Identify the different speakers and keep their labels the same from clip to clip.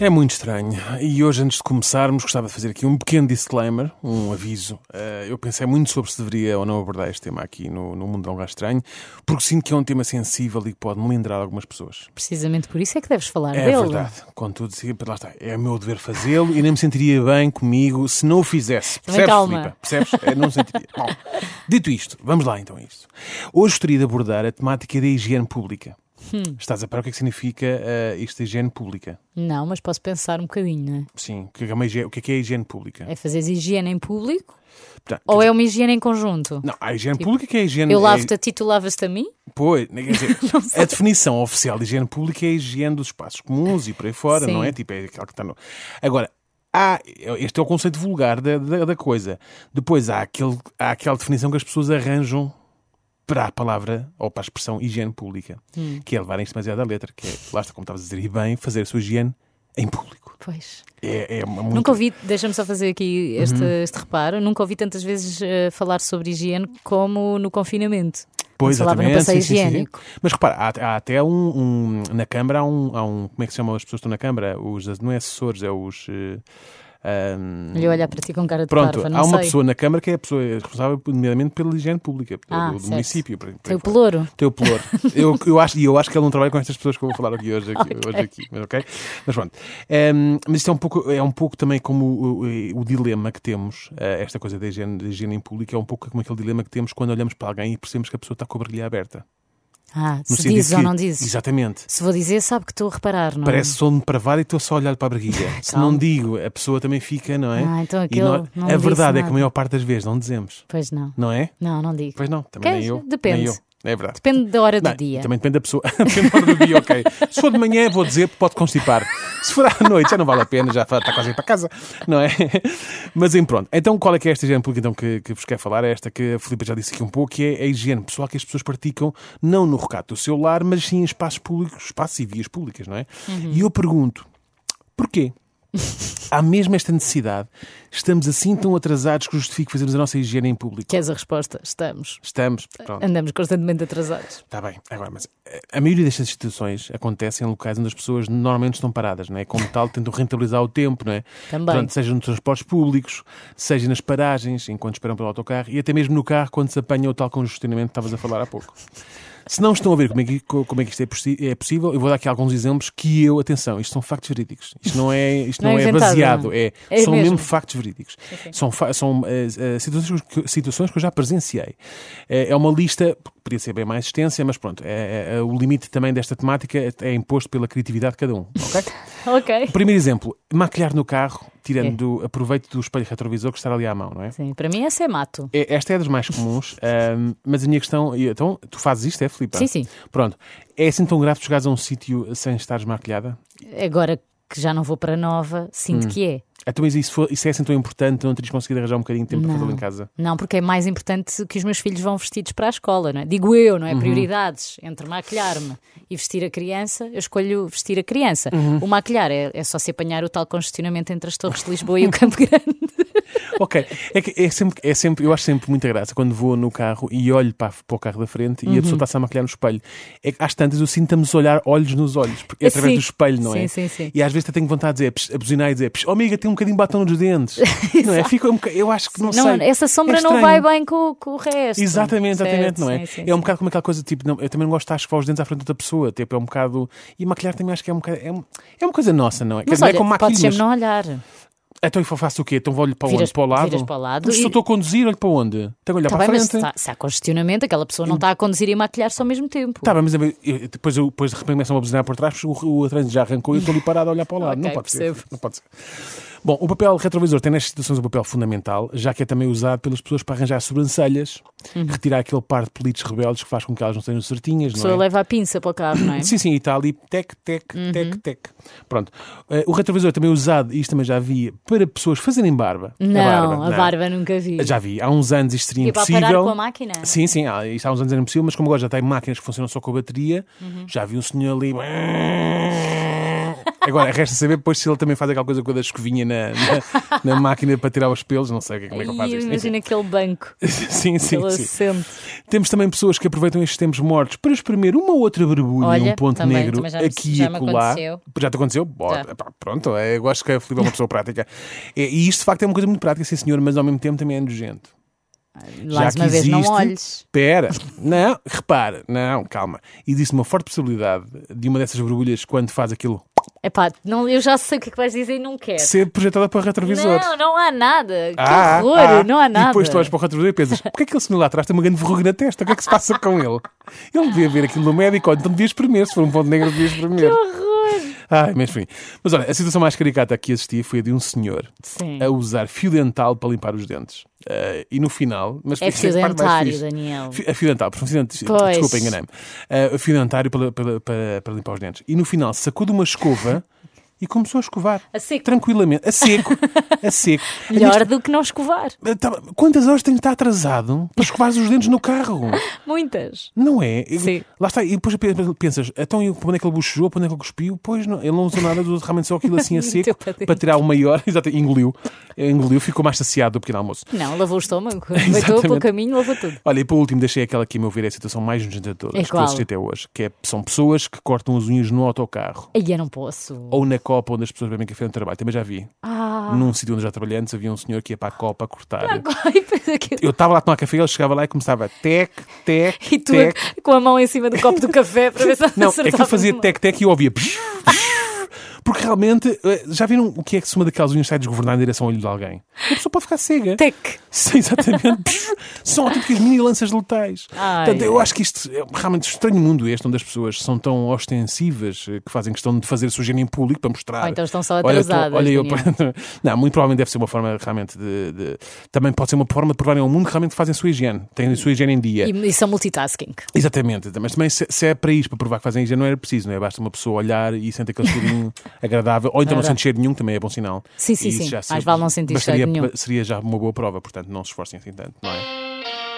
Speaker 1: É muito estranho. E hoje, antes de começarmos, gostava de fazer aqui um pequeno disclaimer, um aviso. Eh, eu pensei muito sobre se deveria ou não abordar este tema aqui no, no Mundo de um Lugar Estranho, porque sinto que é um tema sensível e que pode melindrar algumas pessoas.
Speaker 2: Precisamente por isso é que deves falar
Speaker 1: É
Speaker 2: dele.
Speaker 1: verdade. Contudo, sim, lá está. É o meu dever fazê-lo e nem me sentiria bem comigo se não o fizesse. Percebes,
Speaker 2: calma.
Speaker 1: Filipa? Percebes? É, não me sentiria. Bom, dito isto, vamos lá então a isto. Hoje gostaria de abordar a temática da higiene pública.
Speaker 2: Hum.
Speaker 1: Estás a parar o que é que significa eh, isto da higiene pública?
Speaker 2: Não, mas posso pensar um bocadinho, não
Speaker 1: Sim, o que é, que é uma higie- o que é que é a higiene pública?
Speaker 2: é? É fazeres higiene em público
Speaker 1: Portanto,
Speaker 2: ou é uma higiene em conjunto?
Speaker 1: Não, a higiene pública que é a higiene.
Speaker 2: Eu
Speaker 1: é-
Speaker 2: lavo-te a ti, tu lavas-te a mim?
Speaker 1: Pois, né, quer dizer, a definição oficial de higiene pública é a higiene dos espaços comuns e por aí fora,
Speaker 2: Sim.
Speaker 1: não é? Tipo, é aquela que está no. Agora, há, este é o conceito vulgar da, da, da coisa. Depois há, aquele, há aquela definição que as pessoas arranjam para a palavra ou para a expressão higiene pública,
Speaker 2: Hum.
Speaker 1: que é levarem isto demasiado à letra, que é, lá está, como estavas a dizer, e bem, fazer a sua higiene em público.
Speaker 2: Pois.
Speaker 1: É, é uma- muito... Uhum.
Speaker 2: Nunca ouvi, deixa-me só fazer aqui este, este reparo, nunca ouvi tantas vezes eh, falar sobre higiene como no confinamento.
Speaker 1: Pois,
Speaker 2: Quando se falava no
Speaker 1: exatamente.
Speaker 2: passeio
Speaker 1: sim, sim, sim, sim.
Speaker 2: higiénico.
Speaker 1: Mas repara, há, há até um, um- Na Câmara há um, há um- Como é que se chamam as pessoas que estão na Câmara? Os, não é assessores, é os. eh, ahm,
Speaker 2: Olha, olhar para ti com cara de
Speaker 1: Pronto,
Speaker 2: parva, não
Speaker 1: há uma
Speaker 2: sei.
Speaker 1: pessoa na Câmara que é a pessoa responsável, nomeadamente, pela higiene pública, do-
Speaker 2: Ah,
Speaker 1: do,
Speaker 2: certo.
Speaker 1: município. por- por
Speaker 2: Tem
Speaker 1: aí
Speaker 2: o
Speaker 1: fora.
Speaker 2: pelouro.
Speaker 1: Teu pelour. eu, eu acho, e eu acho que ele não trabalha com estas pessoas que eu vou falar aqui hoje. Aqui, hoje aqui, mas, ok? mas pronto. Ehm, mas isto é um, pouco, é um pouco também como o, o- o dilema que temos, eh, esta coisa da higiene, da higiene em público, é um pouco como aquele dilema que temos quando olhamos para alguém e percebemos que a pessoa está com a barriga aberta.
Speaker 2: Ah,
Speaker 1: No
Speaker 2: se
Speaker 1: sentido
Speaker 2: dizes ou
Speaker 1: que-
Speaker 2: não dizes.
Speaker 1: Exatamente.
Speaker 2: Se vou dizer, sabe que estou a reparar, não é?
Speaker 1: Parece som de pravada e estou só a olhar para a barriga. Se
Speaker 2: Calma.
Speaker 1: não digo, a pessoa também fica, não é?
Speaker 2: Ah, então
Speaker 1: E
Speaker 2: aquele não
Speaker 1: a
Speaker 2: disse
Speaker 1: verdade é que a
Speaker 2: nada.
Speaker 1: maior parte das vezes não dizemos,
Speaker 2: Pois não.
Speaker 1: não é?
Speaker 2: Não, não digo.
Speaker 1: Pois não, também
Speaker 2: Queres?
Speaker 1: nem eu.
Speaker 2: Depende.
Speaker 1: Nem eu. É verdade.
Speaker 2: Depende da hora do
Speaker 1: Bem,
Speaker 2: dia.
Speaker 1: Também depende da pessoa. depende da hora do dia, ok. Se for de manhã, vou dizer, pode constipar. Se for à noite, já não vale a pena, já está quase a ir para casa, não é? Mas em pronto. Então, qual é que é esta higiene pública então, que, que vos quero falar? É esta que a Filipe já disse aqui um pouco, que é a higiene pessoal que as pessoas praticam, não no recato do seu lar, mas sim em espaços públicos, espaços e vias públicas, não é?
Speaker 2: Uhum.
Speaker 1: E eu pergunto, porquê? Há mesmo esta necessidade? Estamos assim tão atrasados que justifique fazermos a nossa higiene em público?
Speaker 2: Queres a resposta? Estamos.
Speaker 1: Estamos, pronto.
Speaker 2: Andamos constantemente atrasados.
Speaker 1: Está Tá bem, agora, mas eh, a maioria destas situações acontece em locais onde as pessoas normalmente estão paradas, não é? Como tal, tentam rentabilizar o tempo, não é?
Speaker 2: Também.
Speaker 1: Portanto, seja nos transportes públicos, seja nas paragens, enquanto esperam pelo autocarro, e até mesmo no carro, quando se apanha o tal congestionamento que estavas a falar há pouco. Se não estão a ver como é que, co- como é que isto é, possi- é possível, eu vou dar aqui alguns exemplos que eu, atenção, isto são factos verídicos. Isto não é, isto não
Speaker 2: Não é
Speaker 1: é,
Speaker 2: inventado,
Speaker 1: baseado,
Speaker 2: não
Speaker 1: é,
Speaker 2: é? É
Speaker 1: são mesmo
Speaker 2: mesmo.
Speaker 1: factos verídicos. São, fa- são eh, eh, situações, que, situações que eu já presenciei. Eh, é uma lista, podia ser bem mais extensa, mas pronto, é, é- é- o limite também desta temática é- é imposto pela criatividade de cada um. ok?
Speaker 2: Ok.
Speaker 1: Primeiro exemplo, maquilhar no carro, tirando
Speaker 2: É.
Speaker 1: do aproveito do espelho retrovisor que está ali à mão, não é?
Speaker 2: Sim, para mim essa é mato.
Speaker 1: É- Esta é das mais comuns, ahm, mas a minha questão. e Então, tu fazes isto, é, Filipe?
Speaker 2: Sim, sim.
Speaker 1: Pronto. É assim tão grave tu chegares a um sítio sem estares maquilhada?
Speaker 2: Agora que já não vou para nova, sinto que é.
Speaker 1: Então, mas isso, foi- isso é assim tão importante, não terias conseguido arranjar um bocadinho de tempo para
Speaker 2: Não.
Speaker 1: fazê-lo em casa?
Speaker 2: Não, porque é mais importante que os meus filhos vão vestidos para a escola, não é? Digo eu,
Speaker 1: Uhum.
Speaker 2: não é? Prioridades entre maquilhar-me e vestir a criança, eu escolho vestir a criança.
Speaker 1: Uhum.
Speaker 2: O maquilhar é, é só se apanhar o tal congestionamento entre as Torres de Lisboa e o Campo Grande.
Speaker 1: Ok, é que é sempre, é sempre, eu acho sempre muita graça quando vou no carro e olho para, a- para o carro da frente e a
Speaker 2: Uhum.
Speaker 1: pessoa está-se a maquilhar no espelho. É que às tantas eu sinto-me olhar olhos nos olhos, porque é através
Speaker 2: Sim.
Speaker 1: do espelho, não é?
Speaker 2: Sim, sim, sim.
Speaker 1: E às vezes até tenho vontade de dizer, pss, a buzinar e dizer, "Pss, oh, amiga, tem um bocadinho de batom nos dentes. não é? Fico, um boca- eu acho que não,
Speaker 2: Não,
Speaker 1: sei.
Speaker 2: essa sombra
Speaker 1: É
Speaker 2: não
Speaker 1: estranho.
Speaker 2: vai bem com, com o resto.
Speaker 1: Exatamente, exatamente,
Speaker 2: Certo,
Speaker 1: não é?
Speaker 2: sim, sim,
Speaker 1: é um
Speaker 2: sim.
Speaker 1: bocado como aquela coisa tipo, não, eu também não gosto de estar a escovar os dentes à frente de outra pessoa, tipo, é um bocado. E maquilhar também acho que é um bocado. É, um- é uma coisa nossa, não é? Quer
Speaker 2: Mas
Speaker 1: dizer, não é
Speaker 2: olha,
Speaker 1: como
Speaker 2: podes
Speaker 1: maquilhar.
Speaker 2: sempre não olhar.
Speaker 1: Então eu faço o quê? Então vou olho para
Speaker 2: Viras-
Speaker 1: onde? Para o lado?
Speaker 2: viras para o lado
Speaker 1: Mas se eu
Speaker 2: e-
Speaker 1: estou a conduzir, olho para onde? Tenho que olhar
Speaker 2: Está
Speaker 1: para
Speaker 2: Tá bem,
Speaker 1: a
Speaker 2: mas
Speaker 1: frente.
Speaker 2: se há- se há congestionamento, aquela pessoa não está a conduzir e a maquilhar-se ao mesmo tempo.
Speaker 1: Tá bem, mas eu- eu- depois, eu, depois de repente começam a buzinar por trás, porque o, o trânsito já arrancou e eu estou ali parado a olhar para o lado. não
Speaker 2: Ok,
Speaker 1: pode ser.
Speaker 2: percebo.
Speaker 1: Não pode ser. Bom, o papel retrovisor tem nestas situações um papel fundamental, já que é também usado pelas pessoas para arranjar sobrancelhas,
Speaker 2: Uhum.
Speaker 1: retirar aquele par de pelitos rebeldes que faz com que elas não sejam certinhas,
Speaker 2: A
Speaker 1: não
Speaker 2: pessoa
Speaker 1: é?
Speaker 2: leva a pinça para o carro, não é? Uhum.
Speaker 1: Sim, sim, e está ali tec, tec, tec, tec. Pronto. Eh, o retrovisor também é usado, e isto também já vi, para pessoas fazerem barba.
Speaker 2: Não,
Speaker 1: a é barba, não.
Speaker 2: nunca vi.
Speaker 1: Já vi, há uns anos isto seria
Speaker 2: Tipo, a parar
Speaker 1: impossível.
Speaker 2: com a máquina?
Speaker 1: Sim, sim, há, isto há uns anos era impossível, mas como agora já tem máquinas que funcionam só com a bateria,
Speaker 2: Uhum.
Speaker 1: já vi um senhor ali. Agora, resta saber depois se ele também faz aquela coisa com a da escovinha na, na, na máquina para tirar os pelos, não sei como é que ele faz
Speaker 2: Ai,
Speaker 1: isto.
Speaker 2: imagina aquele banco,
Speaker 1: Enfim. Sim, sim,
Speaker 2: aquele
Speaker 1: sim.
Speaker 2: assento.
Speaker 1: Temos também pessoas que aproveitam estes tempos mortos para espremer uma ou outra barbulha,
Speaker 2: Olha,
Speaker 1: um ponto
Speaker 2: também,
Speaker 1: negro
Speaker 2: também já me-
Speaker 1: aqui
Speaker 2: já
Speaker 1: e
Speaker 2: me
Speaker 1: acolá.
Speaker 2: aconteceu.
Speaker 1: Já te aconteceu? Bora,
Speaker 2: Já.
Speaker 1: pá, pronto, é, eu acho que a Filipe é uma pessoa prática. É, e isto de facto é uma coisa muito prática, sim senhor, mas ao mesmo tempo também é nojento.
Speaker 2: Mais
Speaker 1: Já
Speaker 2: uma
Speaker 1: que
Speaker 2: vez, não
Speaker 1: existe-
Speaker 2: olhes.
Speaker 1: Espera, não, repara, não, calma. Existe uma forte possibilidade de uma dessas borbulhas, quando faz aquilo,
Speaker 2: Epá, não, eu já sei o que é que vais dizer e não quero.
Speaker 1: ser projetada para o retrovisor.
Speaker 2: Não, não há nada. Que
Speaker 1: Ah,
Speaker 2: horror,
Speaker 1: ah.
Speaker 2: não há nada.
Speaker 1: E depois tu olhas para o retrovisor e pensas: porquê é que aquele senhor lá atrás tem uma grande verruga na testa? O que é que se passa com ele? Ele devia ver aquilo no médico, ou então devia espremer. Se for um ponto negro, devia espremer. Que horror! Ai, mas enfim. Mas olha, a situação mais caricata que assisti foi a de um senhor
Speaker 2: Sim.
Speaker 1: a usar fio dental para limpar os dentes. Eh, e no final. Mas
Speaker 2: É
Speaker 1: fiz-
Speaker 2: fio
Speaker 1: a parte mais
Speaker 2: dentário,
Speaker 1: fixe.
Speaker 2: Daniel.
Speaker 1: Fi- A fio dental, por favor,
Speaker 2: Pois.
Speaker 1: desculpa, enganei-me. Uh, a fio dentário para, para, para, para limpar os dentes. E no final sacou de uma escova e começou a escovar.
Speaker 2: A seco.
Speaker 1: Tranquilamente. A seco. a seco. A minha
Speaker 2: Melhor do que não escovar.
Speaker 1: est- Tá- Quantas horas tenho de estar atrasado para escovar os dentes no carro?
Speaker 2: Muitas.
Speaker 1: Não é? Eu-
Speaker 2: Sim.
Speaker 1: Lá está. E depois pe- pensas, então eu- para onde é que ele buchejou, para onde é que ele cuspiu? Pois não, ele não usou nada, usou realmente só aquilo assim a
Speaker 2: Meteu
Speaker 1: seco
Speaker 2: para dentro.
Speaker 1: para tirar o maior. Exato, engoliu. Engoliu, ficou mais saciado do pequeno almoço.
Speaker 2: Não, lavou o estômago. Deitou pelo
Speaker 1: Exatamente.
Speaker 2: caminho, lavou tudo.
Speaker 1: Olha, e para o último deixei aquela que, a meu ver, é a situação mais nojenta de todas que
Speaker 2: É
Speaker 1: eu
Speaker 2: qual?
Speaker 1: assisti até hoje, que é- são pessoas que cortam as unhas no autocarro
Speaker 2: Aí eu não posso.
Speaker 1: ou na copa onde as pessoas bebem café no trabalho. Também já vi.
Speaker 2: Ah,
Speaker 1: Num sítio onde já trabalhei antes havia um senhor que ia para a copa cortar.
Speaker 2: agora e depois aquilo.
Speaker 1: Eu estava lá a tomar café, ele chegava lá e começava tec, tec,
Speaker 2: E tu
Speaker 1: tec.
Speaker 2: com a mão em cima do copo do café para ver se
Speaker 1: Não, é que
Speaker 2: acertavas
Speaker 1: eu fazia
Speaker 2: uma.
Speaker 1: tec-tec e eu ouvia. psh, psh, Porque realmente, eh, já viram o que é que se uma daquelas unhas sai desgovernada em direção ao olho de alguém? A pessoa pode ficar cega.
Speaker 2: Tec.
Speaker 1: Sim, exatamente. Psh, São autênticas mini lanças letais.
Speaker 2: Ai,
Speaker 1: Portanto, eu acho que isto é realmente um estranho mundo este, onde as pessoas são tão ostensivas eh, que fazem questão de fazer sujeira em público para mostrar.
Speaker 2: Ou então estão só
Speaker 1: Olha, eu tô-
Speaker 2: atrasadas,
Speaker 1: Olha, eu,
Speaker 2: Daniel.
Speaker 1: não, muito provavelmente deve ser uma forma realmente de, de- Também pode ser uma forma de provarem ao mundo que realmente fazem a sua higiene. Têm a sua higiene em dia.
Speaker 2: E, e são multitasking.
Speaker 1: Exatamente, mas também se, se é para isto, para provar que fazem higiene, não era preciso, não é? Basta uma pessoa olhar e sente aquele cheirinho agradável, ou então não
Speaker 2: Verdade.
Speaker 1: sente cheiro nenhum, que também é bom sinal.
Speaker 2: Sim, sim,
Speaker 1: E isso
Speaker 2: sim.
Speaker 1: já
Speaker 2: Mais
Speaker 1: seria-
Speaker 2: vale não sentir cheiro
Speaker 1: bastaria-
Speaker 2: nenhum.
Speaker 1: Seria já uma boa prova, portanto, não se esforcem assim tanto, não é?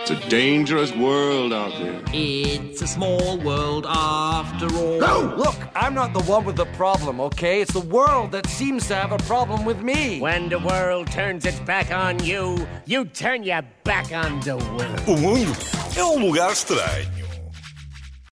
Speaker 3: It's a dangerous world out there.
Speaker 4: It's a small world after all.
Speaker 5: Look, I'm not the one with the problem, okay? It's the world that seems to have a problem with me.
Speaker 6: When the world turns its back on you, you turn your back on the world.
Speaker 7: O mundo é um lugar estranho.